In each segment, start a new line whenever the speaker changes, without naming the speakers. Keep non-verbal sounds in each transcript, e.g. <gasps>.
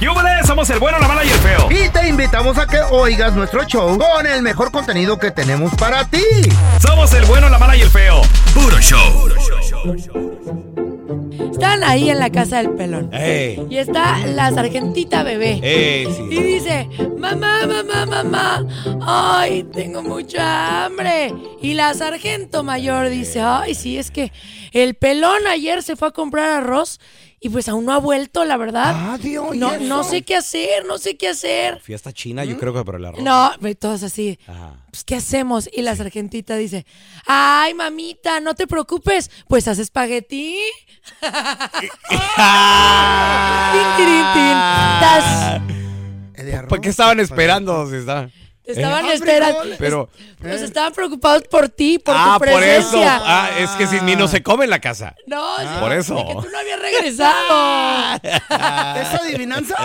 ¡Yúbales! Somos el bueno, la mala y el feo.
Y te invitamos a que oigas nuestro show con el mejor contenido que tenemos para ti.
Somos el bueno, la mala y el feo.
Puro show.
Están ahí en la casa del pelón. Y está la sargentita bebé. Y dice, mamá, mamá, mamá, ay, tengo mucha hambre. Y la sargento mayor dice, ay, sí, es que el pelón ayer se fue a comprar arroz y pues aún no ha vuelto, la verdad.
Ah, Dios, ¿y
no,
eso?
no sé qué hacer, no sé qué hacer.
Fiesta china, yo creo que para el arroz.
No, ve, todos así.
Ajá.
Pues, ¿qué hacemos? Y la sargentita dice, ay, mamita, no te preocupes, pues haz espaguetí.
Eh,
Tin, tirin, tin. Tas.
El de arroz.
¿Para qué estaban esperando? Si estaban-
Te Estaban
Eh, hambre,
esperando.
no,
pero-
Nos estaban preocupados por ti, por
ah,
tu
por eso.
presencia.
Ah, es que sin mí no se come en la casa. Ah.
No, sí,
por eso.
de que tú no habías
<laughs>
regresado.
<laughs>
¿Es adivinanza?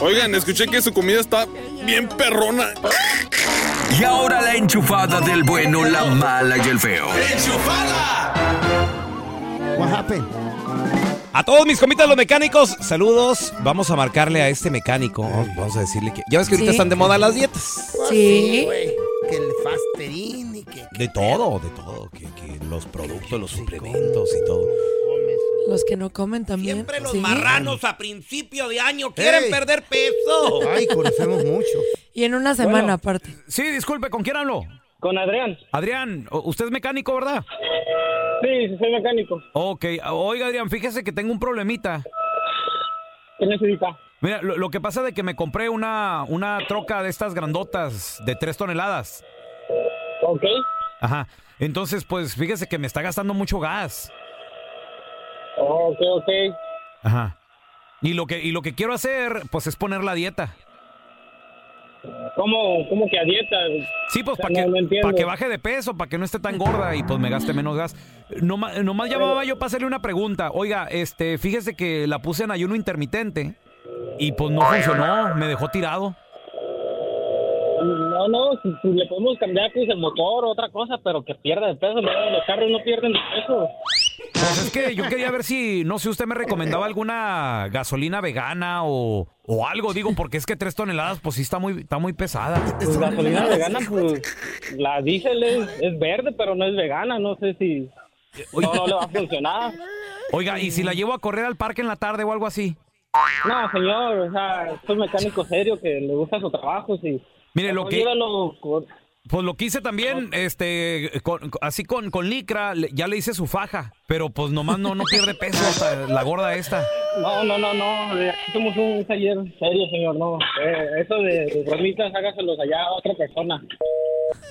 Oigan, escuché que su comida está bien perrona.
Y ahora la enchufada del bueno, la mala y el feo.
What happened?
A todos mis comitas los mecánicos, saludos. Vamos a marcarle a este mecánico. Vamos a decirle que. Ya ves que ahorita
Sí.
están de moda las dietas.
Sí.
güey. Que el fasterín y que
De todo, de todo. Que, que los productos, los suplementos y todo.
Los que no comen también. sí.
a principio de año
quieren
perder peso.
Ay, conocemos mucho.
Y en una semana <laughs>
<laughs>
aparte.
Sí, disculpe, ¿con quién hablo?
Con Adrián.
Adrián, o- usted es mecánico, ¿verdad?
Sí, sí, soy mecánico.
Ok, oiga Adrián, fíjese que tengo un problemita.
¿Qué necesita?
Mira, lo, lo que pasa de que me compré una, una troca de estas grandotas de 3 toneladas.
¿Ok?
Ajá. Entonces, pues fíjese que me está gastando mucho gas.
Ok, ok.
Ajá. Y lo que, y lo que quiero hacer, pues es poner la dieta.
¿Cómo, cómo que a dieta?
Sí, pues
O sea,
para que,
no, no entiendo.
pa' que baje de peso, para que no esté tan gorda y pues me gaste menos gas. Nomás, nomás llamaba yo para hacerle una pregunta. Oiga, este, fíjese que la puse en ayuno intermitente y pues no funcionó, me dejó tirado.
No, no, si- si le podemos cambiar pues, el motor o otra cosa, pero que pierda de peso. No, los carros no pierden de peso.
Pues es que yo quería ver si, no sé, usted me recomendaba alguna gasolina vegana o, o algo, digo, porque es que tres toneladas, pues sí está muy, está muy pesada.
Pues gasolina vegana, pues la diésel es, es verde, pero no es vegana. No sé si no, no le va a funcionar.
Oiga, ¿y si la llevo a correr al parque en la tarde o algo así?
No, señor, o sea, soy mecánico serio que le gusta su trabajo. Sí.
Mire, lo que...
Ayúdalo con-
Pues lo quise también, este, con- con- así con, con licra, le- ya le hice su faja, pero pues nomás no, no pierde peso hasta la gorda esta.
No, no, no, no. eh, Aquí somos un taller serio, señor. No, Eh, eso de, de bromitas, hágaselos allá a otra persona.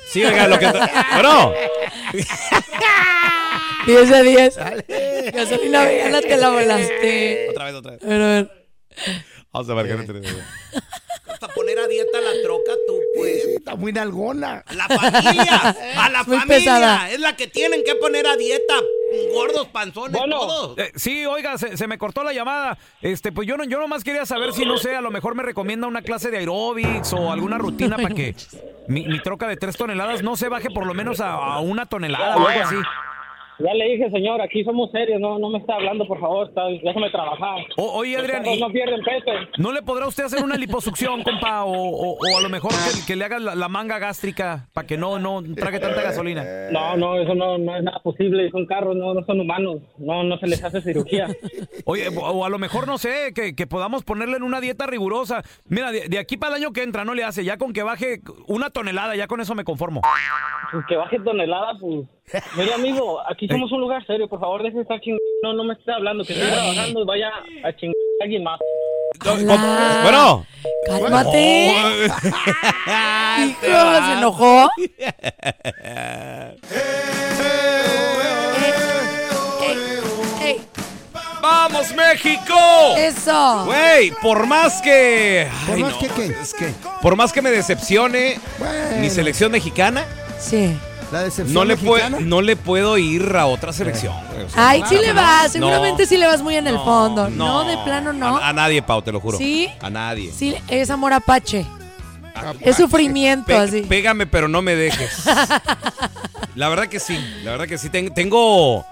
Sí, oiga, lo que. Bueno,
10 de 10. Gasolina vegana te la volaste.
otra vez, otra vez.
A ver, a ver.
Eh.
Vamos a marcar otra vez.
hasta poner a dieta la troca tú, pues.
Está muy nalgona.
La
<laughs>
familia,
Eh,
a la
Es muy
familia,
pesada.
es la que tienen que poner a dieta, gordos, panzones, todos.
Eh, sí, oiga, se, se me cortó la llamada. Este, pues yo no, yo nomás quería saber si no sé, a lo mejor me recomienda una clase de aeróbics o
<laughs>
alguna rutina para que mi, mi troca de tres toneladas no se baje por lo menos a, a una tonelada o algo así.
Ya le dije, señor, aquí somos serios, no, no me está hablando, por favor, está- déjame trabajar.
oye,
Los
Adrián,
perros
y-
no pierden peso.
¿No le podrá usted hacer una liposucción, compa? O, o- o a lo mejor que, que le haga la, la manga gástrica para que no, no trague tanta gasolina.
Eh.
No, no, eso no, no es nada posible. Son carros, no, no son humanos. No, no se les
<laughs>
hace cirugía.
Oye, o- o a lo mejor, no sé, que, que podamos ponerle en una dieta rigurosa. Mira, de, de aquí para el año que entra no le hace, ya con que baje una tonelada, ya con eso me conformo.
Pues que baje tonelada, pues. Mira, amigo, aquí somos un lugar serio. Por favor, deje de estar chingando. No, no me esté hablando. Que estoy trabajando. Vaya a chingar a alguien más.
Bueno.
Cálmate.
<laughs>
Hijo, ¿Eh? se enojó.
¡Vamos, México!
Eso.
Güey, por más que. Ay, no,
que qué?
es que- Por más que me decepcione mi selección mexicana,
Sí.
La decepción
no le, pue-
mexicana.
no le puedo ir a otra selección. güey, o sea,
Ay, sí
no,
le
no, no.
vas, seguramente sí le vas muy en el
no,
fondo. No,
no.
de plano no.
A nadie, Pau, te lo juro.
¿Sí?
A nadie.
Sí, es amor apache. Es sufrimiento,
Pe-
así.
Pégame, pero no
<laughs>
me dejes. la verdad que sí, la verdad que sí. Ten- tengo.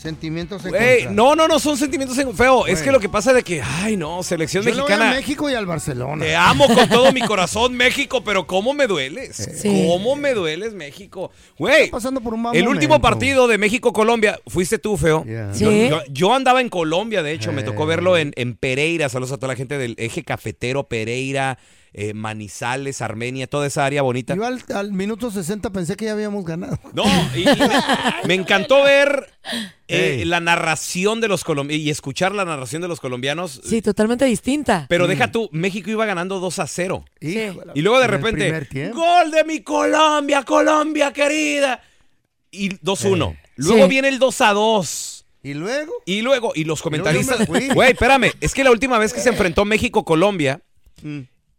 Sentimientos
Güey,
encontrados.
no, no, no, son sentimientos en- feo. Es
Güey.
que lo que pasa de que, ay, no, selección
Yo le voy a
mexicana.
México y al Barcelona.
Te amo con todo mi corazón, México, pero ¿cómo me dueles?
Sí.
¿Cómo me dueles, México? Güey,
Eh. Pasando por un mal
el último
momento.
partido de México-Colombia, fuiste tú, feo.
Sí.
Yo, yo- yo andaba en Colombia, de
Eh.
hecho, me tocó verlo en, en Pereira. Saludos a toda la gente del eje cafetero, Pereira, eh, Manizales, Armenia, toda esa área bonita.
Yo al, al minuto 60 pensé que ya habíamos ganado.
No, y, y
<laughs>
me, me encantó ver eh, la narración de los colombianos y escuchar la narración de los colombianos.
Sí, totalmente distinta.
Pero deja tú, México iba ganando 2 a 0.
Híjole.
Y luego de
En el
repente,
primer
gol de mi Colombia, Colombia querida. Y 2-1. Luego
Sí.
viene el 2 a 2.
¿Y luego?
Y luego, y los comentaristas.
me fui.
<laughs> Güey, espérame, es que la última vez que se enfrentó México-Colombia,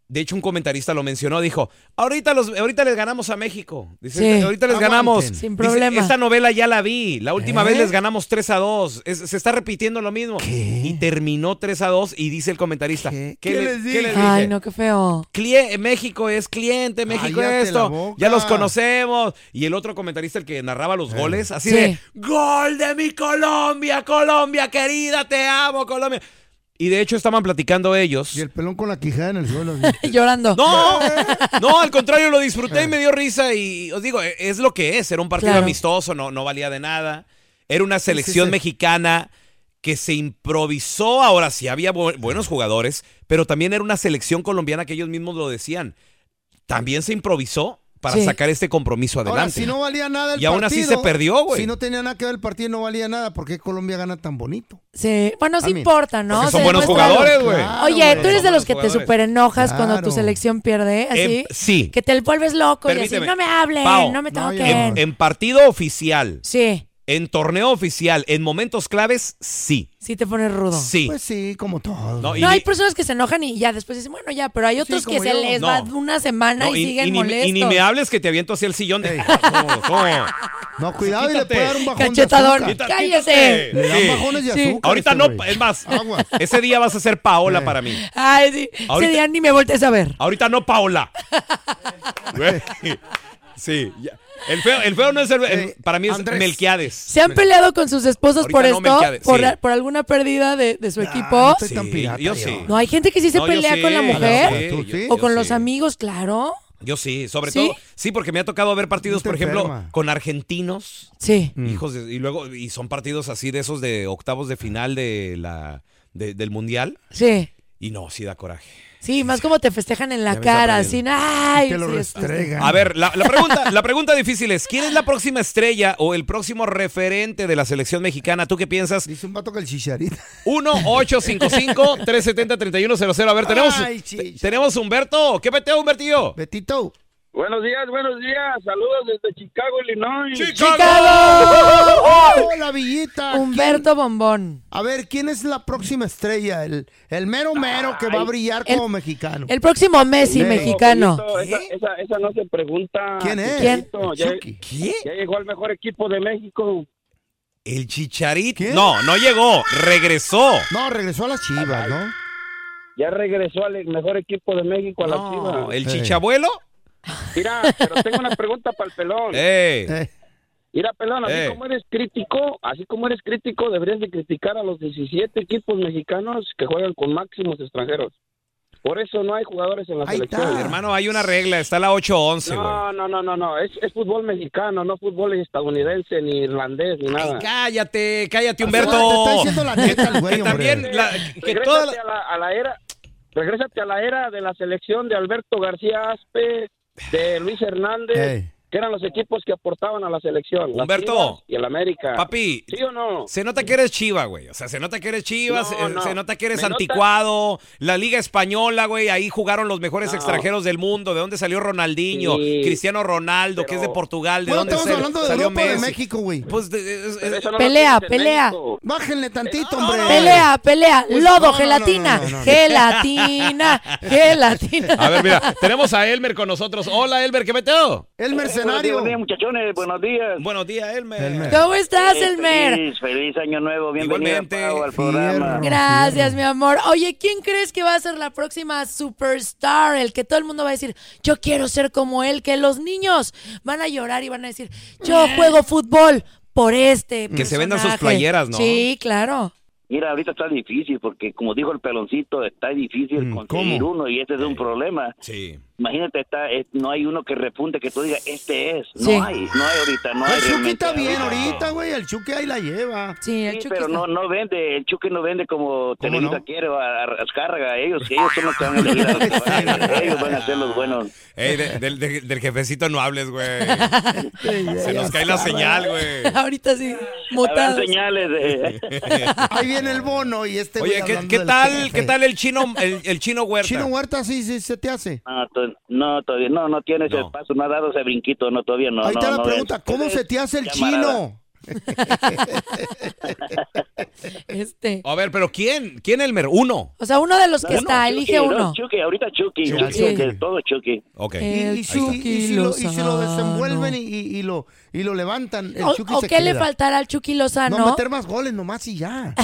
de hecho, un comentarista lo mencionó, dijo: Ahorita, los, ahorita les ganamos a México. Dice,
Sí.
ahorita les
Aguanten.
ganamos.
Sin
Dice,
problema.
Esta novela ya la vi. La última
¿Eh?
vez les ganamos 3 a 2. Es- se está repitiendo lo mismo. Y terminó 3 a 2. Y dice el comentarista: ¿Qué,
¿Qué
le-
les
qué
dije?
les
Ay,
dije?
no, qué feo.
Clie- México es cliente, México
Cállate
es
la
esto.
boca. Eh.
Ya los conocemos. Y el otro comentarista, el que narraba los goles, así
Sí.
de Gol de mi Colombia, Colombia querida, te amo, Colombia. Y de hecho estaban platicando ellos. Y el
pelón con la quijada en el
<laughs>
suelo.
Llorando. <laughs>
No, no, al contrario, lo disfruté y me dio risa. Y os digo, e- es lo que es. Era un partido
Claro.
amistoso, no, no valía de nada. Era una selección
sí.
mexicana que se improvisó. Ahora sí, había bu- buenos jugadores, pero también era una selección colombiana que ellos mismos lo decían. También se improvisó para
Sí.
sacar este compromiso adelante.
Ahora, si no valía nada el
Y aún así
partido.
se perdió, güey.
Si no tenía nada que ver el partido, no valía nada. ¿Por qué Colombia gana tan bonito?
Sí, bueno, sí
A mí.
importa, ¿no?
Porque
Se
son buenos
demuestra algo.
jugadores, güey. Claro,
Oye, tú
güey.
eres de
Son
los
buenos
que te
jugadores.
super enojas cuando tu
Claro.
selección pierde, así.
Em, sí.
Que te vuelves loco y
Permíteme.
así, no me hablen,
Pao,
no me toquen.
en, en partido oficial,
Sí,
en torneo oficial, en momentos claves, sí.
sí te pones rudo.
Sí.
Pues sí, como todo.
No, y
No,
ni-
hay personas que se enojan y ya después dicen, bueno, ya, pero hay otros que
como
se
yo.
les
No.
va una semana
No,
y, siguen
ni,
molestos.
y ni me hables que te aviento hacia el sillón. De... <laughs> ¿Cómo? ¿Cómo?
No, cuidado y le
Quítate.
puede dar un bajón. de
Cachetadón.
azúcar.
¡Cállese!
Le dan
Sí.
bajones de
Sí.
azúcar. este
Ahorita no, es más, ese día vas a ser Paola
Eh.
para mí.
Ay, sí.
Ahorita-
Ese día ni me voltees a ver.
Ahorita no, Paola. Güey. sí. ya. El feo, el feo no es el, el-
Eh,
para mí es Melquiades.
Se han peleado con sus esposas
Ahorita
por
no me
esto,
quede-
por,
sí.
la- por alguna pérdida de, de su equipo.
Sí, yo sí.
No, hay gente que sí se
No, yo
pelea
sí,
con la
yo
mujer
sí, yo-
o
yo
con
sí.
los amigos, claro.
Yo sí, sobre
¿Sí?
todo. Sí, porque me ha tocado ver partidos,
Te
por ejemplo,
enferma.
con argentinos.
Sí.
Mm.
Hijos de- y luego, y son partidos así de esos de octavos de final de la, de- del mundial.
Sí.
Y no, sí da coraje.
Sí, más como te festejan en
Ya
la
me está
cara, así,
perdiendo.
ay, sí, es-
A ver, la, la pregunta, la pregunta difícil es, ¿quién es la próxima estrella o el próximo referente de la selección mexicana? ¿Tú qué piensas?
Dice un vato que el
<laughs>
chicharito.
1-855-370-3100. A ver, tenemos,
Ay,
te- tenemos Humberto. ¿Qué peteo, Humbertillo?
Betito.
Buenos días, buenos días. Saludos desde Chicago, Illinois.
¡Chicago! la villita!
Humberto Bombón.
A ver, ¿quién es la próxima estrella? El, el mero mero que va a brillar como mexicano.
El próximo Messi
Sí.
mexicano.
Poquito, Esa, esa, esa no se pregunta.
¿Quién es?
Chicharito. Ya,
¿Quién?
ya llegó al mejor equipo de México.
El Chicharito. No, no llegó, regresó.
No, regresó a las chivas, ¿no?
Ya regresó al mejor equipo de México a la Chivas.
¿El chichabuelo?
Mira, pero tengo una pregunta para el pelón.
¡Ey!
Mira, pelón, así
Eh.
como eres crítico, así como eres crítico, deberías de criticar a los 17 equipos mexicanos que juegan con máximos extranjeros. Por eso no hay jugadores en la selección.
Hermano, hay una regla, está la 8-11, güey.
No, no, no, no, no. Es, es fútbol mexicano, no fútbol estadounidense, ni irlandés, ni nada.
cállate, cállate,
Te
Humberto.
está diciendo la neta el güey,
Que también
hombre.
la- que
Regrésate
toda la-
a, la, a la era, regrésate a la era de la selección de Alberto García Aspe, de Luis Hernández,
Ey.
que eran los equipos que aportaban a la selección. las
Humberto.
Chivas y el América.
Papi.
¿Sí o no?
Se nota que eres chiva, güey. O sea, se nota que eres chiva,
No,
se,
no.
se nota que eres
Me nota-
anticuado. La Liga Española, güey, ahí jugaron los mejores
No.
extranjeros del mundo. ¿De dónde salió Ronaldinho?
Sí.
Cristiano Ronaldo, que es de Portugal. ¿De
Bueno,
dónde
estamos
sal-
hablando de
salió
Europa o de
Messi?
México, güey.
Pues
Pelea, pelea.
Bájenle tantito, hombre.
Pelea, pelea.
Pues,
Lodo,
no, no,
gelatina.
no, no, no, <laughs> no.
Gelatina. Gelatina.
A ver, mira, tenemos a Elmer con nosotros. Hola, Elmer, ¿qué meteo?
El mercenario.
Buenos días, muchachones. Buenos días.
Buenos días, Elmer.
¿Cómo estás,
Eh,
Elmer?
Feliz, feliz año nuevo. Bienvenido Pau, al programa.
Gracias, mi amor. Oye, ¿quién crees que va a ser la próxima superstar? El que todo el mundo va a decir, yo quiero ser como él, que los niños van a llorar y van a decir, yo juego fútbol por este.
Que se vendan
personaje".
sus playeras, ¿no?
Sí, claro.
Mira, ahorita está difícil porque, como dijo el peloncito, está difícil
Mm,
conseguir uno y ese es un problema.
Sí.
Imagínate, está, es- no hay uno que repunte que tú digas, este es. No
Sí.
hay, no hay ahorita, no hay.
El Chucky
realmente
está bien
ahorita.
ahorita, güey. El Chucky ahí la lleva.
Sí,
Sí, pero no, no vende, el Chucky no vende como Televisa quiere o a, a Azcárraga. ellos, ellos son los
<laughs>
que van a elegir a los que van a ganar. ellos van a ser los buenos.
Ey, de- del- del- del jefecito no hables, güey. Se nos cae la señal,
<laughs>
güey.
Ahorita sí.
Habrán
Mutados.
señales. eh.
<laughs> Ahí viene el bono y este
Oye,
güey
¿qué,
hablando
qué
del
tal,
jefe.
¿qué tal el chino, el, el chino huerta?
Chino Huerta sí, sí se te hace.
No, to- no, todavía no, no tiene ese paso, no ha dado ese brinquito, no, todavía no.
Ahí
no,
está la
no
pregunta,
es.
¿cómo se te hace el
Camarada.
chino?
<laughs> Este.
A ver, pero ¿quién? ¿Quién Elmer? Uno.
O sea, uno de los
No,
que
no,
está,
Chucky,
elige
no,
uno.
Chucky, ahorita Chucky,
Chucky.
Chucky,
Chucky.
de todo Chucky.
Ok.
<laughs> Y, y si, y si lo, y si lo desenvuelven y, y- y lo, y lo levantan, el
¿O,
Chucky
o
se
qué le
queda.
faltará al Chucky Lozano?
No, meter más goles nomás y ya.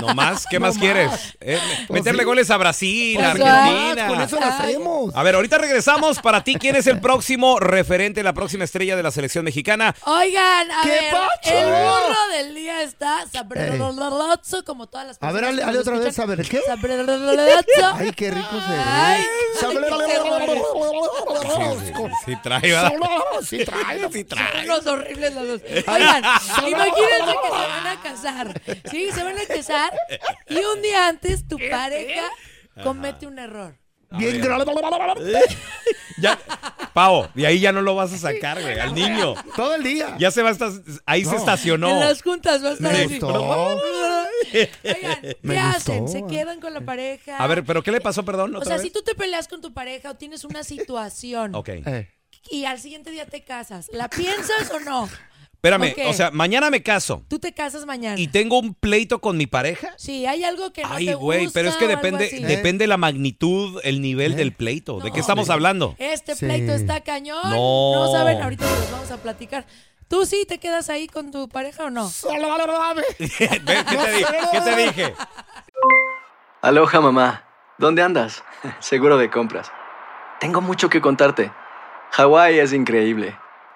No más, ¿qué más quieres? Eh, meterle goles a Brasil, a
Pues,
Argentina.
ah, Con eso lo hacemos.
A ver, ahorita regresamos. Para ti, ¿quién es el próximo referente, la próxima estrella de la selección mexicana?
Oigan, a
¿Qué
ver,
pacho?
el burro del día está sabrololozo, como todas las
A ver,
personas que
hazle, hazle
nos
otra vez,
escuchan.
a ver, ¿qué?
Sabrololozo.
Ay, qué rico se ve.
Ay,
Si trae, ¿verdad?
Sí trae, sí
Son unos horribles los
<laughs>
dos. Oigan, imagínense que se van a casar. Sí, se van a casar y un día antes tu pareja comete un error.
Bien
<laughs> Ya, Pavo, y ahí ya no lo vas a sacar, güey, al niño.
Todo el día.
Ya se va a estar, ahí se
No.
estacionó.
En las juntas va a estar
Me
así.
gustó.
¿Qué hacen? ¿Se quedan con la pareja?
A ver, ¿pero qué le pasó, perdón?
O
otra
sea,
vez?
si tú te peleas con tu pareja o tienes una situación
Ok.
Eh.
y al siguiente día te casas, ¿la piensas o no?
Espérame,
Ok.
o sea, mañana me caso
Tú te casas mañana.
y tengo un pleito con mi pareja.
Sí, hay algo que no
Ay,
te
güey,
gusta
pero es que
o algo
depende,
Eh.
así.
depende la magnitud, el nivel del pleito. ¿De qué estamos hablando?
Este
Sí.
pleito está cañón. No.
No.
saben, ahorita se los vamos a platicar. ¿Tú sí te quedas ahí con tu pareja o no?
<laughs> Ve, ¿Qué te dije? ¿Qué
eh,
te dije?
Aloha mamá, ¿dónde andas? <laughs> Seguro de compras. Tengo mucho que contarte. Hawái es increíble.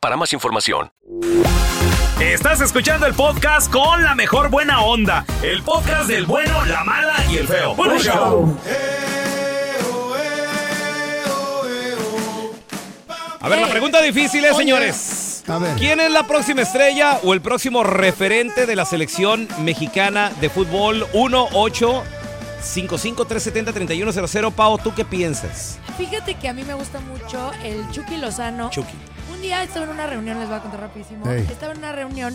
para más información.
Estás escuchando el podcast con la mejor buena onda. El podcast del bueno, la mala y el feo. Bueno, show.
A ver, la pregunta difícil es, señores. ¿Quién es la próxima estrella o el próximo referente de la selección mexicana de fútbol 1-8-55-370-3100? Pau, ¿tú qué piensas?
Fíjate que a mí me gusta mucho el Chucky Lozano.
Chucky.
Un día estaba en una reunión, les voy a contar rapidísimo.
Ey.
Estaba en una reunión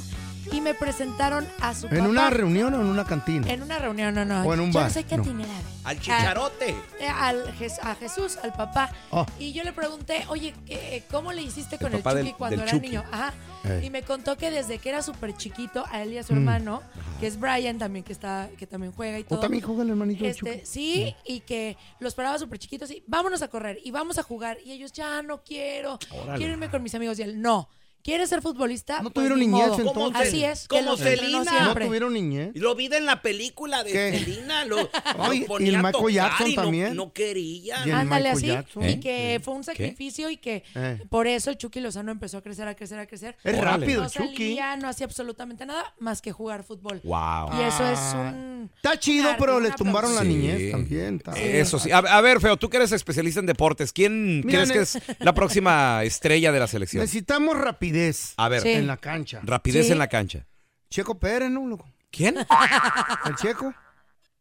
y me presentaron a su
¿En
papá.
una reunión o en una cantina?
En una reunión, no, no.
O en un
Yo
bar,
no sé qué
no.
atinera, a ver.
Al
chicharote. Eh, al Jes- a Jesús, al papá.
Ah.
Y yo le pregunté, oye, ¿qué- eh, ¿cómo le hiciste con el,
papá
Chucky
del-
cuando
del
era
Chucky.
niño? Ajá.
Ey.
Y me contó que desde que era súper chiquito, a él y a su
Mm.
hermano, que es Brian también, que está que también juega y
¿O
todo.
también juega el hermanito del
Este,
Chucky?
Sí, y que los paraba súper chiquitos y vámonos a correr y vamos a jugar. Y ellos, ya no quiero,
Órale.
quiero irme con mis amigos. Y él, no. ¿Quieres ser futbolista? No
tuvieron niñez entonces.
Así es. que
Como
los entrenó
Celina.
siempre.
¿No tuvieron niñez?
Lo vi en la película de
¿Qué?
Selena. Lo, lo
Ay,
ponía
y el
a
Michael
tocar
Jackson
y no-
también.
No quería.
Y el
Ándale
Michael
así.
Jackson.
Y
¿Eh?
que fue un sacrificio y que
Eh.
por eso el Chucky Lozano empezó a crecer, a crecer, a crecer.
Es
No
rápido el
salía,
Chucky.
No hacía absolutamente nada más que jugar fútbol.
Wow.
Y eso es un.
Ah. Está chido, pero le
una
tumbaron la
Sí.
niñez también. está-
Eso sí. A, a ver, Feo, tú que eres especialista en deportes, ¿quién
Mira,
crees
ne-
que es la próxima estrella de la selección?
Necesitamos rapidez.
A ver. Sí.
En la cancha.
Rapidez en la cancha.
Checo Pérez, ¿no, loco?
¿Quién?
El Checo.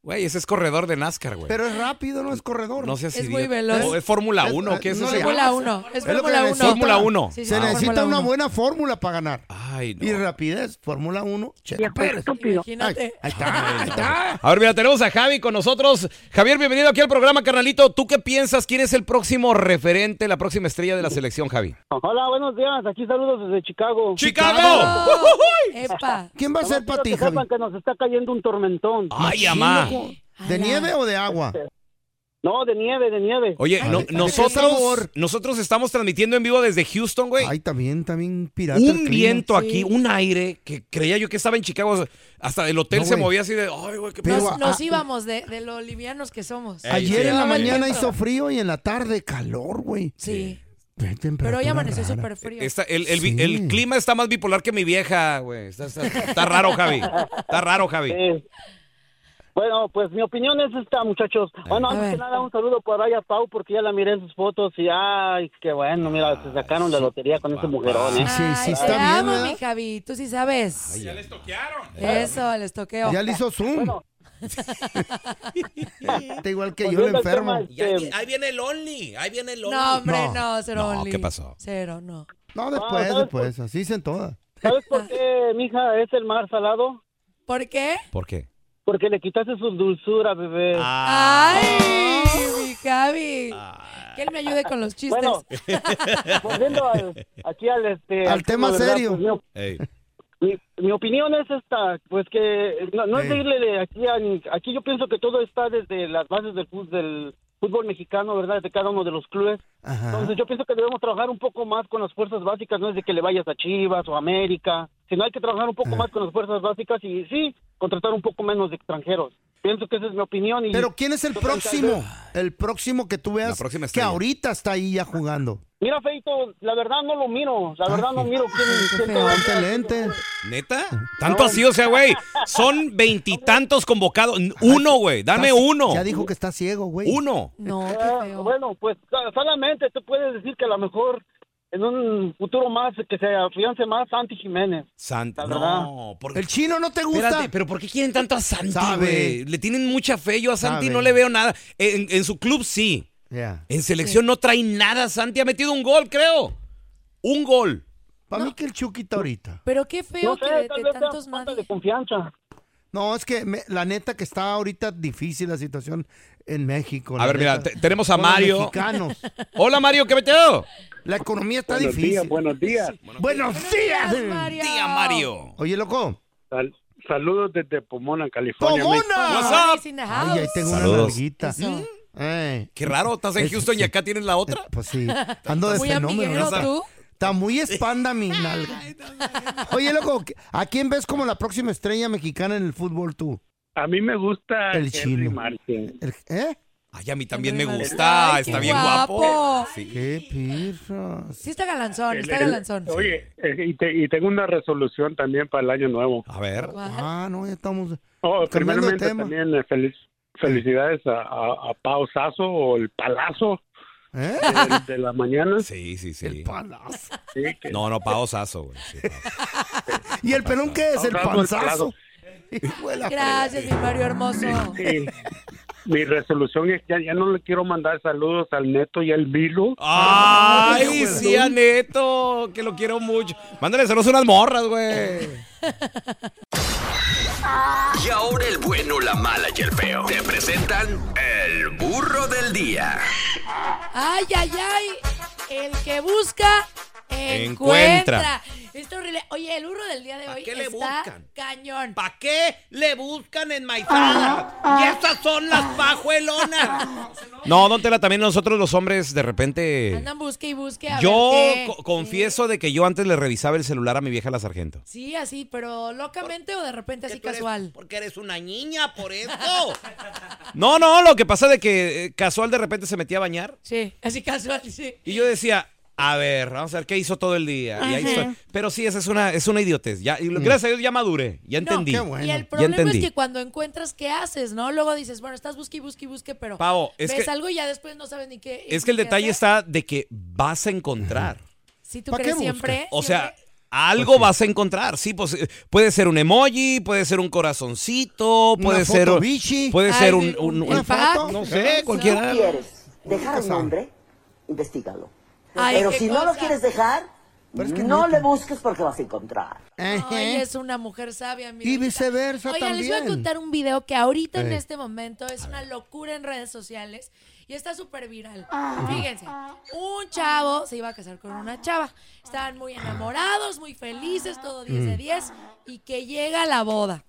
Güey, ese es corredor de NASCAR, güey.
Pero es rápido, no es corredor.
No seas Es idiota. muy veloz. O es Fórmula Uno, ¿qué es
no
eso?
le
Fórmula
hagas.
Uno, es
lo que
Fórmula Uno.
necesita.
Fórmula Uno.
Se
Sí, sí, es
necesita
Fórmula
una
Uno. Ah,
buena fórmula para ganar.
Ay, no.
Y rapidez, Fórmula 1. Checo
Viejo
Pérez.
estúpido.
Ay,
Imagínate.
ahí está, ahí está.
A ver, mira, tenemos a Javi con nosotros. Javier, bienvenido aquí al programa, carnalito. ¿Tú qué piensas? ¿Quién es el próximo referente, la próxima estrella de la selección, Javi?
Hola, buenos días. Aquí saludos desde Chicago.
¡Chicago!
<laughs>
¡Epa!
¿Quién va a ser para ti,
que
Javi?
sepan que nos está cayendo un tormentón. Este,
Ay, amá.
¿De nieve o de agua?
No, de nieve, de nieve.
Oye, no- nosotros,
sabor?
nosotros estamos transmitiendo en vivo desde Houston, güey.
Ay, también, también pirata. el
Un
clima.
viento aquí, un aire que creía yo que estaba en Chicago. o sea, Hasta el hotel
No,
se
güey.
movía así de, ay, güey, qué
Pero ah,
pedo".
a-
Nos íbamos de, de lo livianos que somos.
Ayer en la
Sí.
mañana hizo frío y en la tarde calor, güey.
Sí.
Ve
Pero hoy
temperatura
amaneció
rara.
súper frío.
Está- el, el vi- el clima está más bipolar que mi vieja, güey. Está, está- está raro, Javi. Está raro, Javi.
<laughs> Bueno, pues mi opinión es esta, muchachos. Bueno, antes que nada, un saludo por ahí a Pau, porque ya la miré en sus fotos y, ay, qué bueno, mira, se sacaron la lotería con ese mujerón, ¿eh?
Ah, Sí, sí,
Ay,
está
te
bien,
amo,
¿verdad?
mi Javi. Tú sí sabes. ya les toquearon.
Eh.
Eso, les toqueo.
Ya le hizo zoom. Está igual que yo, el
Volviendo al
enfermo.
tema, Y ahí, vi- ahí viene el Only. Ahí viene el Only.
No, hombre, no, cero
No,
only.
Oh, ¿qué pasó?
Cero, no.
Ah,
No,
Ah,
después,
¿sabes por-
después. Así dicen todas.
¿Sabes por qué, mija, es el mar salado?
¿Por qué?
¿Por qué?
Porque le quitaste su dulzura, bebé.
Ah.
Ah.
¡Ay, mi Javi! Que él me ayude con los chistes.
Bueno, volviendo al, aquí al este
Al tema
¿verdad?
serio.
Pues, mi, mi- mi opinión es esta, pues que no, no es
Ey.
decirle de aquí a ni- aquí yo pienso que todo está desde las bases del fútbol, del fútbol mexicano, verdad, de cada uno de los clubes. Entonces yo pienso que debemos trabajar un poco más con las fuerzas básicas, no es de que le vayas a Chivas o América, sino hay que trabajar un poco más con las fuerzas básicas y sí contratar un poco menos de extranjeros. Pienso que esa es mi opinión y
Pero ¿quién es el próximo? El próximo que tú veas
próxima
que
estrella.
ahorita está ahí ya jugando.
Mira, Feito, la verdad no lo miro. La verdad no miro quién, quién te va a-
Ponte lente.
¿Neta? Tanto así, o sea, güey. Son veintitantos convocados. Uno, güey. Dame
Está-
uno.
Ya dijo que está ciego, güey.
Uno.
No,
Ah, Bueno, pues so- solamente tú puedes decir que a lo mejor en un futuro más, que se afiance más Santi Jiménez.
Santa.
La verdad.
No, porque.
El chino no te
gusta?
pero ¿por qué quieren tanto a Santi,
Sabe.
güey? Le tienen mucha fe. Yo a Santi
Sabe.
no le veo nada. En, en su club sí.
Ya.
En selección no trae nada. Santi ha metido un gol, creo. Un gol.
Para mí que el Chucky está ahorita.
Pero qué feo que de, de tantos madres.
confianza.
No, es que me- la neta que está ahorita difícil la situación en México.
A
la
ver, mira,
neta.
te- tenemos a
Con los
Mario.
mexicanos.
<laughs> Hola, Mario, ¿qué meteo?
La economía está
Buenos
difícil.
días, buenos días.
Buenos días.
Tía
Mario.
Oye, loco.
saludos desde Pomona, California.
¡Pomona!
What's up?
Ay, ahí tengo una
Saludos.
larguita.
Ah,
Mm.
Eso.
Qué raro, estás en Houston y acá tienes la otra.
Pues sí, ando de
Muy
fenómeno.
amiguero
¿no?
tú.
Está muy espanda mi nalga. Oye, loco, ¿a quién ves como la próxima estrella mexicana en el fútbol tú?
A mí me gusta
El
Henry
chino.
Martin.
El- ¿Eh?
Ay, a mí también me gusta.
Ay, qué
está bien guapo.
guapo.
Sí.
Qué pirra.
Sí está galanzón,
El-
está
el-
galanzón.
Oye, eh, y, te- y tengo una resolución también para el año nuevo.
A ver.
Ah, no,
<laughs>
ya estamos.
Oh,
Cambiando de
primeramente
tema.
también eh, feliz- felicidades a, a, a Pao Sasso o el Palazo
¿Eh?
de, de la mañana.
Sí, sí, sí.
Palazo.
Sí, que-
No, no, paosazo, güey.
¿Y el pelón qué es? El
Vamos, el
panzazo.
palazo.
Hijo de la
Gracias, mi Mario hermoso.
Sí. Mi resolución es que ya, ya no le quiero mandar saludos al Neto y al Vilo.
Ay, sí, a Neto, que lo quiero mucho. Mándale saludos a unas morras, güey.
Y ahora el bueno, la mala y el feo. Te presentan el burro del día.
Ay, ay, ay. El que busca, encuentra.
Encuentra.
Está horrible. Oye, el burro del día de hoy
qué le
está
buscan?
cañón. Ah,
¿Para qué le buscan enmaizadas? Y estas son las pajuelonas.
No, don Tela, también nosotros los hombres de repente.
Andan busque y busque a
Yo
ver qué.
co- confieso de que yo antes le revisaba el celular a mi vieja la sargento.
Sí, así, pero locamente o de repente así casual.
porque eres una niña, por eso.
No, no, lo que pasa de que eh, casual de repente se metía a bañar
<laughs> Sí, así casual, sí.
y yo decía, a ver, vamos a ver qué hizo todo el día. Y ahí
Ajá.
estoy. Pero sí, esa es una, es una idiotez. Ya, y lo- gracias a Dios ya madure, ya
No,
entendí.
Y el
ya
problema
entendí.
es que cuando encuentras, ¿qué haces? ¿No? Luego dices, bueno, estás busque y busque y busque, pero
Pavo, es
ves
que-
algo y ya después no sabes ni qué.
Es que el
ni qué
detalle
hacer.
está de que vas a encontrar.
Si tú
¿Pa' qué
crees siempre.
O sea, algo vas a encontrar. Sí, pues eh, puede ser un emoji, puede ser un corazoncito,
Una
puede ser
foto
un-
bichi.
puede
Ay,
ser
un-
un, un-
una
un-
foto.
no sé, cualquiera.
Si quieres dejar un hombre, investigalo.
Ay,
Pero
qué
si no lo
cosa.
quieres dejar,
Pero es que Eh.
no
neta.
le busques porque vas a encontrar.
<laughs>
<laughs>
Ay, es una mujer sabia, mi
Y
vida.
viceversa
Oigan, les voy a
también.
contar un video que ahorita en
Eh.
este momento es una locura en redes sociales y está súper viral. Fíjense, un chavo se iba a casar con una chava. Estaban muy enamorados, muy felices, todo 10 de
Mm.
10 y que llega la boda.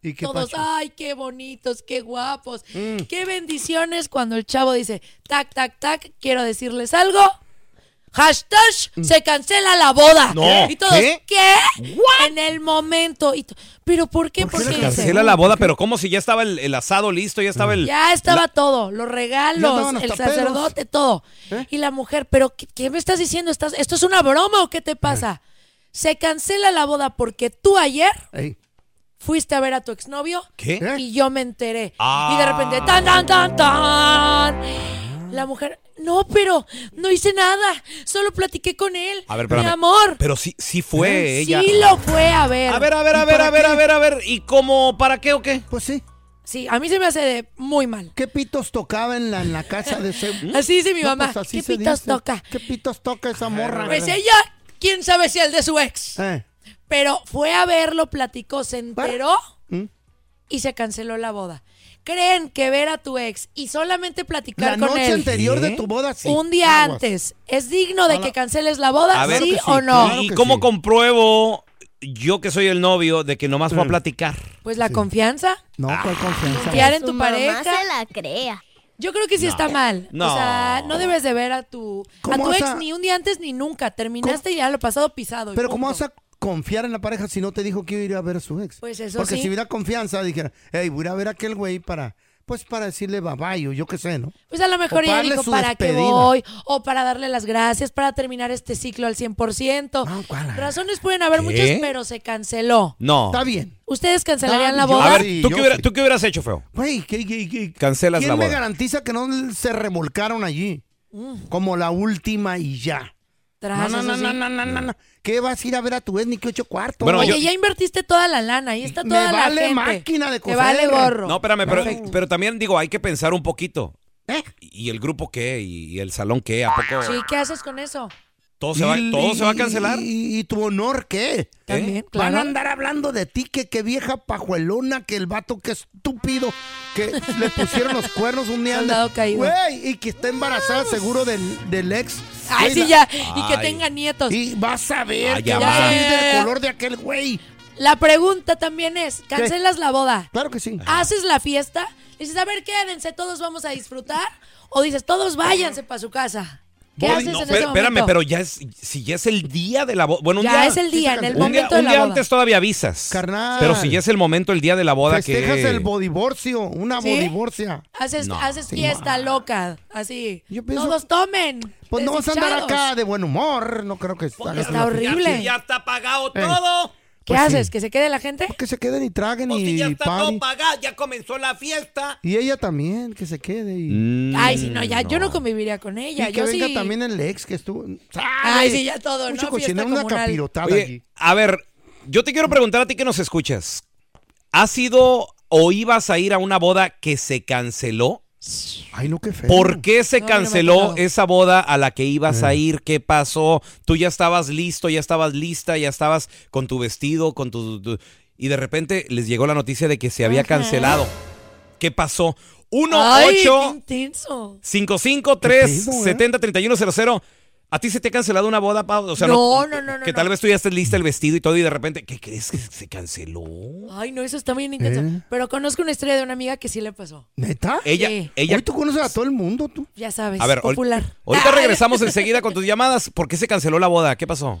¿Y qué
Todos,
pasó?
ay, qué bonitos, qué guapos, qué bendiciones cuando el chavo dice, tac, tac, tac, quiero decirles algo. Hashtag, se cancela la boda.
No,
Y todos, ¿qué?
¿qué?
En el momento. Y to- ¿Pero por qué? Porque
Se
dice,
cancela la boda, pero como si ya estaba el, el asado listo, ya estaba el.
ya estaba todo, los regalos,
andaban hasta
el sacerdote, todo. Y la mujer, pero ¿qué, qué me estás diciendo? ¿Estás, ¿Esto es una broma o qué te pasa? Se cancela la boda porque tú ayer
Ey.
fuiste a ver a tu exnovio
¿Qué?
y yo me enteré.
Ah.
Y de repente, tan, tan, tan, tan. La mujer, no, pero no hice nada, solo platiqué con él.
A ver,
mi
espérame.
amor.
Pero sí, sí fue ella.
Sí lo fue a ver.
A ver, a ver, a ver, a ver, a ver, a ver. ¿Y cómo? ¿Para qué o qué?
Pues sí.
Sí, a mí se me hace de muy mal.
¿Qué pitos tocaba en la, en la casa de ese?
<laughs> Así dice mi
No,
mamá,
pues así
¿qué
se
pitos
dice.
toca?
¿Qué pitos toca esa morra?
Pues ella, quién sabe si el de su ex.
Eh.
Pero fue a verlo, platicó, se enteró
¿Mm?
y se canceló la boda. ¿Creen que ver a tu ex y solamente platicar
La
con
noche
él
anterior de tu boda, sí.
un día
Aguas.
antes es digno de que canceles la boda,
A ver,
sí o no?
¿Y cómo compruebo yo que soy el novio de que nomás fue a platicar? Ah,
Pues la confianza,
Mm. No, ¿cuál confianza?
confiar en tu
Su mamá
pareja.
se
la crea. Yo creo que sí está mal.
No.
O sea, no debes de ver a tu a
¿Cómo
tu
vas
ex
a-
ni un día antes ni nunca. Terminaste y ya lo pasado pisado. y
Pero ¿cómo
punto.
vas a confiar en la pareja si no te dijo que iba a ir a ver a su ex?
Pues eso
Porque
sí.
si hubiera confianza, dijera, hey, voy a ir a ver a aquel güey para, pues para decirle bye bye o yo qué sé, ¿no?
Pues a lo
O
mejor ella
darle
dijo,
su
¿para qué
despedida.
voy? O para darle las gracias, para terminar este ciclo al 100%. Razones pueden haber
¿Qué?
muchas, pero se canceló.
No.
Está bien.
¿Ustedes cancelarían la
Yo
boda?
A ver,
sí,
¿tú
yo
qué, hubiera-
sí.
tú qué hubieras hecho, feo?
Güey, ¿qué, qué, qué?
Cancelas
¿quién
la
me
boda.
garantiza que no se remolcaron allí? Como la última y ya. No,
atrás.
no,
Mm. eso
no,
sí.
no, no, no, no, no. ¿Qué vas a ir a ver a tu etnico ocho cuartos?
Bueno,
Oye,
yo-
ya invertiste toda la lana, ahí está
Me
toda la
vale
gente.
máquina de
Te
coser.
vale gorro.
No, espérame, pero,
Perfecto.
pero también digo, hay que pensar un poquito.
¿Eh?
¿Y el grupo qué? ¿Y el salón qué? ¿A poco
Sí, ¿qué haces con eso?
todo, se va,
¿Y-
todo se va a cancelar?
¿Y, y tu honor qué?
También,
¿Eh?
claro.
Van a andar hablando de ti, que qué vieja pajuelona, que el vato que estúpido, que le pusieron los cuernos un día.
Soldado caído.
Güey, y que está embarazada seguro del, del ex.
Ay,
Güey,
sí, ya.
la-
Y que tenga nietos.
Y vas a ver
Ay,
que
Ah, ya
va a
va.
salir del color de aquel güey.
La pregunta también es, ¿cancelas la boda?
Claro que sí.
¿Haces la fiesta? Dices, a ver, quédense, todos vamos a disfrutar. O dices, todos váyanse para su casa. ¿Qué
Boy,
haces
no,
en
pero-
ese momento?
Espérame, pero ya es, si ya es el día de la boda. Bueno, un
Ya
día,
es el día, en el
un día-
momento de
un
la
día
boda.
antes todavía avisas.
Carnal.
Pero si ya es el momento, el día de la boda
Festejas
que.
el bodivorcio, una
¿Sí?
bodivorcia.
Haces,
No,
haces
sí,
fiesta loca, así.
pienso-
todos tomen.
Pues no vas a andar
desdichados.
acá de buen humor, no creo que hagas
está
una-
horrible. Ya
está pagado
todo.
¿Qué
Pues sí.
haces? ¿Que se quede la gente?
Que se queden y traguen y party.
pagado, ya comenzó la fiesta.
Y ella también, que se quede. Y...
Mm,
Mm,
Ay, si no, ya yo no conviviría con
Y
ella.
que
yo
venga
sí.
también el ex que estuvo.
Ay, sí, ya todo,
Mucho
¿no?
cochinero,
Fiesta
una
comunal.
capirotada
Oye,
allí.
a ver, yo te quiero preguntar a ti que nos escuchas. ¿Has ido o ibas a ir a una boda que se canceló?
Ay, no, qué feo.
¿Por qué se
No, no me ha
canceló
tocado.
esa boda a la que ibas
Eh.
a ir? ¿Qué pasó? Tú ya estabas listo, ya estabas lista, ya estabas con tu vestido, con tu... tu- y de repente les llegó la noticia de que se había cancelado. ¿Qué pasó? 1
Ay, qué
8
intenso.
553
¿eh?
70 31 00. ¿A ti se te ha cancelado una boda, Pau? O sea,
No, no, no, no,
Que
no.
tal vez tú ya estés lista el vestido y todo y de repente, ¿qué crees que se canceló?
Ay, no, eso está bien intenso.
¿Eh?
Pero conozco una historia de una amiga que sí le pasó.
¿Neta?
Ella, ella.
Hoy tú conoces a todo el mundo, tú.
Ya sabes,
A ver, ahor-
popular.
ahorita regresamos enseguida con tus llamadas. ¿Por qué se canceló la boda? ¿Qué pasó?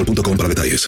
para detalles.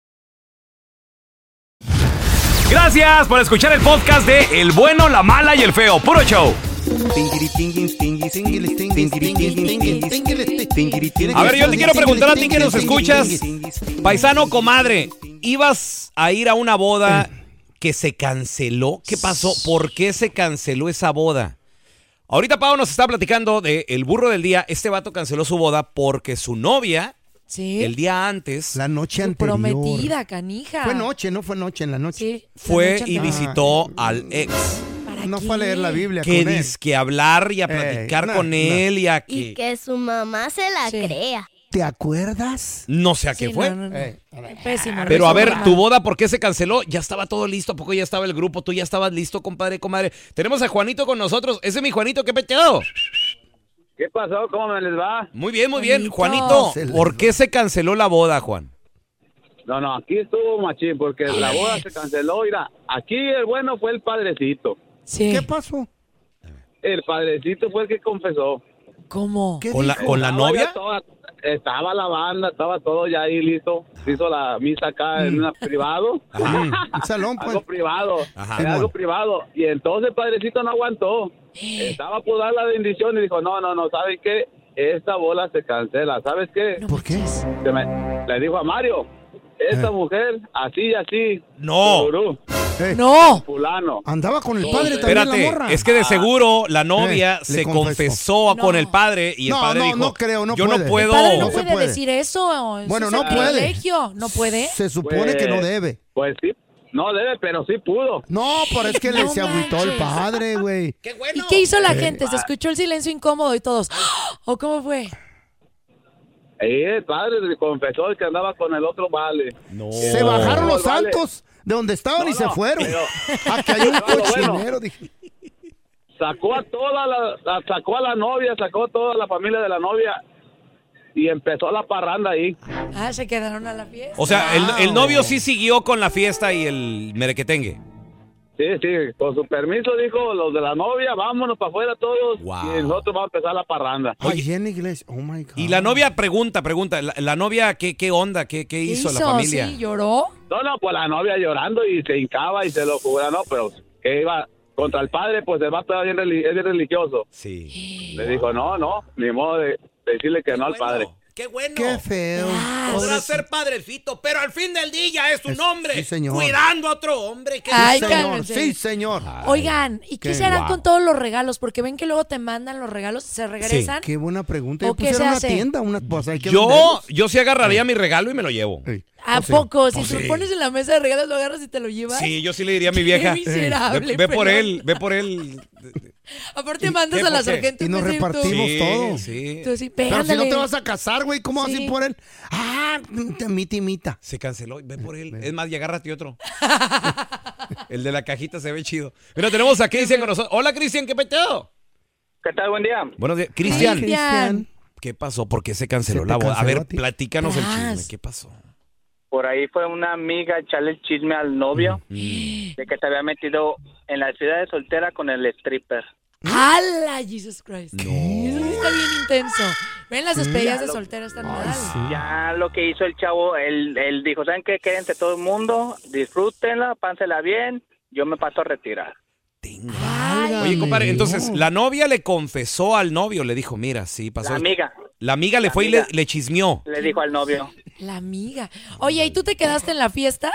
Gracias por escuchar el podcast de El bueno, la mala y el feo. Puro show.
A ver, yo te quiero preguntar a ti que nos escuchas, paisano comadre, ¿ibas a ir a una boda que se canceló? ¿Qué pasó? ¿Por qué se canceló esa boda? Ahorita Pau nos está platicando de el burro del día. Este vato canceló su boda porque su novia,
Sí.
el día antes,
la noche anterior,
Prometida, canija.
Fue noche, no fue noche, en la noche.
Sí.
fue y visitó al ex.
No fue a leer la Biblia
Que
con él.
dizque hablar y a platicar
no,
con
no.
él y a
Y
que...
que su mamá se la crea.
¿Te acuerdas?
No sé a qué
Sí,
fue.
no, no, no.
Pésimo.
Pero
no
a
hizo
ver,
nada.
tu boda, ¿por qué se canceló? Ya estaba todo listo, ¿a poco ya estaba el grupo? ¿Tú ya estabas listo, compadre, comadre? Tenemos a Juanito con nosotros. Ese es mi Juanito, qué peteado.
¿Qué pasó? ¿Cómo me les va?
Muy bien, muy bien. Juanito, ¿por qué se canceló la boda, Juan?
No, no, aquí estuvo machín porque la boda se canceló. Mira, aquí el bueno fue el padrecito.
¿Qué pasó?
El padrecito fue el que confesó.
¿Cómo?
¿Con la, con la novia?
Estaba, estaba la banda, estaba todo ya ahí listo. Se hizo la misa acá en un privado.
Mm.
<laughs>
Un salón, pues.
Algo privado. Era algo privado.
Eh.
Y entonces el padrecito no aguantó. Estaba por dar la bendición y dijo, no, no, no, ¿saben qué? esta bola se cancela. ¿Sabes qué?
¿Por qué? Eh.
le dijo a Mario, esta mujer, así y así.
No.
tururú,
No.
Fulano.
Andaba con el padre también
Espérate,
la morra.
es que de seguro la novia
Eh, le
se
confesó.
confesó
No.
con el padre y el
No,
padre
no,
dijo,
no creo, no
yo
puede.
no
El
puedo.
padre no
se
puede,
puede.
decir eso.
Bueno,
eso
no
es
puede.
sacrilegio. No puede.
Se supone que no debe.
Pues sí, no debe, pero sí pudo.
No, pero es que le
No
se agüitó el
manches.
padre, güey.
¿Y qué hizo la
Eh.
gente? Se escuchó el silencio incómodo y todos. <gasps> ¡Ah! ¿O cómo fue?
Y el padre le confesó que andaba con el otro vale.
Oh.
Se bajaron los altos de donde estaban y se fueron. Aquí hay un cochinero. dije.
Sacó a toda la, la- sacó a la novia, sacó a toda la familia de la novia y empezó la parranda ahí.
Ah, se quedaron a la fiesta.
O sea, el,
Ah,
el novio sí siguió con la fiesta y el merequetengue.
Sí, sí, con su permiso dijo los de la novia, vámonos para afuera todos y nosotros vamos a empezar la parranda.
Allí en la iglesia. Oh my God.
Y la novia pregunta, pregunta, la, la novia qué, qué onda, qué, qué hizo, la familia.
lloró.
No, no, pues la novia llorando y se hincaba y se lo jura, no, pero que iba contra el padre, pues el vato era bien, reli- es bien religioso.
Sí.
Le dijo, no, no, ni modo de decirle que no al padre.
¡Qué bueno!
Qué feo.
Podrá ser padrecito, pero al fin del día es un hombre
sí, señor.
cuidando a otro hombre. que
Ay,
sí, señor.
cálmense.
Sí, señor.
Ah.
Oigan, ¿y qué
Qué
se harán
guau.
con todos los regalos? Porque ven que luego te mandan los regalos y se regresan.
Qué buena pregunta.
¿O
Yo
qué
pusiera
se
una
hace?
tienda, una pues, hay que
Yo,
venderlos.
yo sí agarraría mi regalo y me lo llevo.
¿A
Pues sí.
poco? Si
Pues
te lo
sí.
pones en la mesa de regalos, lo agarras y te lo llevas.
Sí, yo sí le diría a mi vieja.
miserable,
Ve, ve por
pelón.
él, ve por él.
Aparte mandas a la sargento. un besito.
Sí,
todo.
Sí.
Tú así,
Pero si no
pégamele.
te vas a casar, güey, ¿cómo así
Sí.
por él? Ah, timita, timita.
Se canceló, ve por él. Es más, y agárrate otro. <laughs> El de la cajita se ve chido. Mira, tenemos a Cristian con nosotros. Hola, Cristian, ¿qué peteo?
¿Qué tal? Buen día.
Buenos días. Cristian.
Cristian.
¿Qué pasó? ¿Por qué se canceló
Se te
la boda? A
canceló
ver,
a ti.
platícanos el
Tras.
chisme. ¿Qué pasó?
Por ahí fue una amiga a echarle el chisme al novio
Mm.
Mm.
de que se había metido en la ciudad de soltera con el stripper.
¿Mm?
¡Hala, Jesus Christ! Eso sí está bien intenso. Ven las despedidas de solteros tan mal.
Ya lo que hizo el chavo, él, él dijo, ¿saben qué? Quédense todo el mundo, disfrútenla, pánsela bien, yo me paso a retirar.
Oye, compadre, entonces la novia le confesó al novio, le dijo, mira, sí, pasó.
La
esto.
amiga.
La amiga le
La
fue
amiga.
y le, le chismeó. Pues
Le dijo al novio.
La amiga. Oye, ¿y tú te quedaste en la fiesta?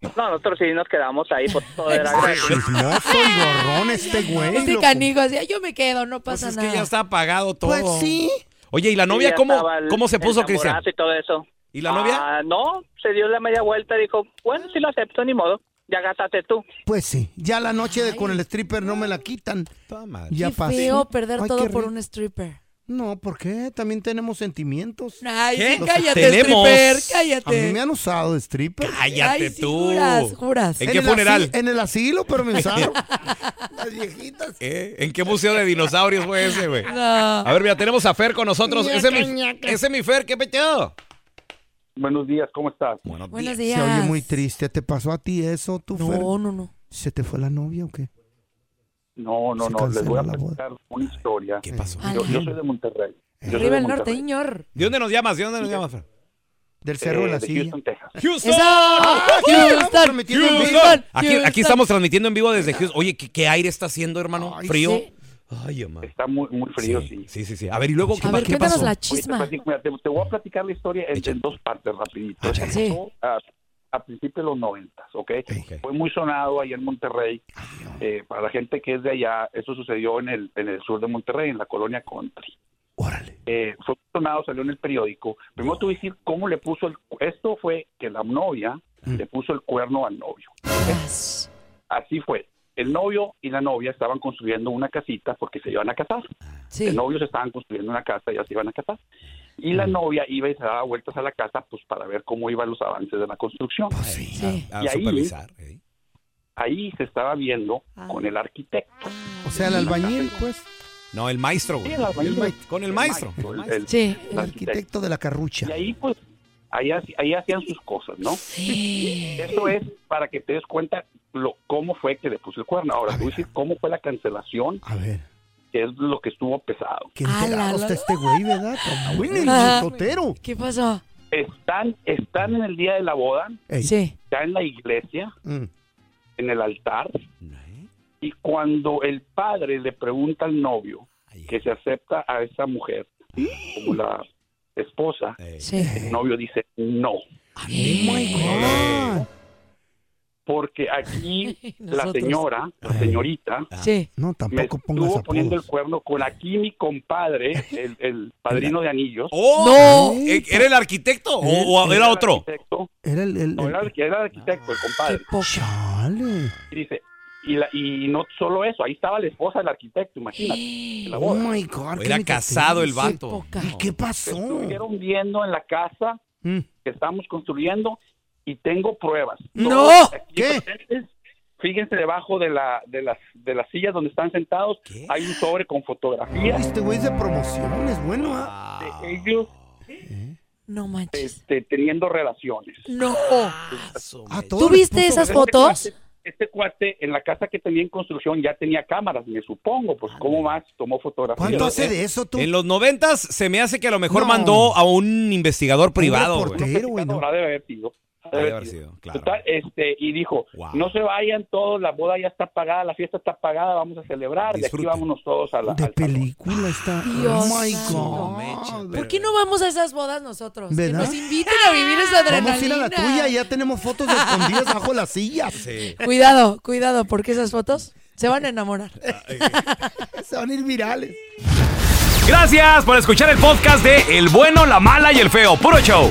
No, nosotros sí nos quedamos ahí por todo era
Chismoso y gorrón este güey.
Este
loco. Pues
canijo decía, yo me quedo, no pasa
Es
nada.
que ya está apagado todo.
Pues sí.
Oye, ¿y la novia
ya
cómo,
estaba el-
cómo se
el
puso, Cristian?
tamborazo Y todo eso.
¿Y la novia?
Ah, no, se dio la media vuelta, dijo, bueno, sí lo acepto, ni modo, ya gastaste tú.
Pues sí, ya la noche de con el stripper no me la quitan. Ya
qué
pasó.
feo perder
Ay,
todo
qué
por
rico.
un stripper.
No, ¿por qué? También tenemos sentimientos.
Ay, ¿Qué? sí, cállate, Tenemos. stripper, cállate.
A mí me han usado de stripper.
Cállate Ay, sí, tú. juras, juras. ¿En qué
el
funeral?
asi- en el asilo,
<laughs>
pero me usaron.
¿Eh? ¿En qué museo de dinosaurios fue ese, güey?
No.
A ver, mira, tenemos a Fer con nosotros.
Ñaca,
Ese es mi,
ñaca.
ese es mi Fer, ¿qué peteado?
Buenos días, ¿cómo estás?
Buenos,
Buenos
Se oye
días.
muy triste. ¿Te pasó a ti eso, tú,
No,
Fer?
no, no.
¿Se te fue la novia o qué?
No, no,
Se
no, les voy a
canceló la boda.
platicar una historia.
¿Qué pasó?
Yo, yo soy de Monterrey. Yo soy
Arriba
de
el norte,
Monterrey.
señor.
¿De dónde nos llamas? ¿De dónde nos llamas, Fer?
Del
Cerro de Eh, la de Silla. Houston, Texas.
¡Houston!
¡Eso!
Ah, Houston,
¡Houston!
transmitiendo en vivo.
Houston. Aquí, aquí
Houston.
estamos transmitiendo en vivo desde Houston. Oye, ¿qué, qué aire está haciendo, hermano? ¿Frío?
sí.
Ay, hermano.
Está muy, muy frío, sí.
Sí, sí, sí. A ver, ¿y luego qué,
A
pa-
ver,
qué
cuéntanos
pasó?
la chisma. Oye, te, platico, mira, te- te voy a platicar la historia en, en dos partes rapidito. Esto pasó a, a principios de los noventas, ¿ok? Fue muy sonado allá en Monterrey. Eh, para la gente que es de allá, eso sucedió en el, en el sur de Monterrey, en la colonia Country. Órale. fue muy sonado, salió en el periódico. Primero tú decir cómo le puso el... cu- Esto fue que la novia
Mm.
le puso el cuerno al novio. Así fue. El novio y la novia estaban construyendo una casita porque se iban a casar. El novio se estaban construyendo una casa y ya se iban a casar. Y la novia iba y se daba vueltas a la casa pues para ver cómo iban los avances de la construcción.
Pues Ah, A
Y ahí- ¿eh?
supervisar.
Ahí se estaba viendo con el arquitecto.
O sea, el albañil, pues.
No, el maestro, güey.
Sí, el albañil.
El ma- Con el maestro.
el- el-
Sí, el
el arquitecto.
arquitecto de la carrucha.
Y ahí pues, ahí, haci- ahí hacían sus cosas, ¿no? Eso es para que te des cuenta lo, cómo fue que le puso el cuerno. Ahora, tú dices cómo fue la cancelación.
A ver.
Que es lo que estuvo pesado.
Qué
Ah,
enterado está este güey, ¿verdad? Tan buen el
Ah.
sotero.
¿Qué pasó?
Están, están en el día de la boda. Ya en la iglesia.
Mm.
en el altar y cuando el padre le pregunta al novio que se acepta a esa mujer, como la esposa, el novio dice
Oh
no.
Oh
Porque aquí la
<laughs> Nosotros.
señora, la señorita,
Ah.
Ah.
Sí. No, tampoco
me
pongas
estuvo poniendo el
apodos.
cuerno con aquí mi
<laughs>
compadre, el, el padrino de anillos.
¡Oh! ¡No! ¿E- era el arquitecto o- o era otro?
arquitecto.
Era el... el-
No, era, el- era el arquitecto, el compadre.
Chale.
Y dice, y, la- y no solo eso, ahí estaba la esposa del arquitecto,
<gasps>
imagínate. en la
Oh
boda.
my God.
Era
qué
casado el
metrisa.
vato.
¿Y qué pasó?
Estuvieron viendo en la casa
Mm.
que estamos construyendo y tengo pruebas.
¡No!
Todos aquí presentes, Fíjense debajo de, la, de, las, de las sillas donde están sentados, hay un sobre con fotografías.
Este güey es de promociones, bueno. ah.
de ellos
No manches.
este, teniendo relaciones.
No.
todo
¿Tú viste
les puso-
esas fotos?
Este cuate en la casa que tenía en construcción ya tenía cámaras, me supongo, pues cómo más tomó fotografías.
En los noventas se me hace que a lo mejor mandó a un investigador privado. güey.
Ahora debe haber sido. Ha de
Ha de
haber
haber
sido.
sido, claro.
Total, este, y dijo,
Wow.
no se vayan todos, la boda ya está pagada, la fiesta está pagada, vamos a celebrar, de
Disfruten.
aquí vámonos todos a la...
De película está.
Dios
oh my
santo.
God.
¿Por qué no vamos a esas bodas nosotros?
¿Verdad?
Que nos inviten a vivir esa adrenalina.
Vamos a ir a la tuya, ya tenemos fotos escondidas bajo las sillas.
Cuidado, cuidado, porque esas fotos se van a enamorar.
<laughs> Se van a ir virales.
Gracias por escuchar el podcast de El bueno, la mala y el feo. Puro show.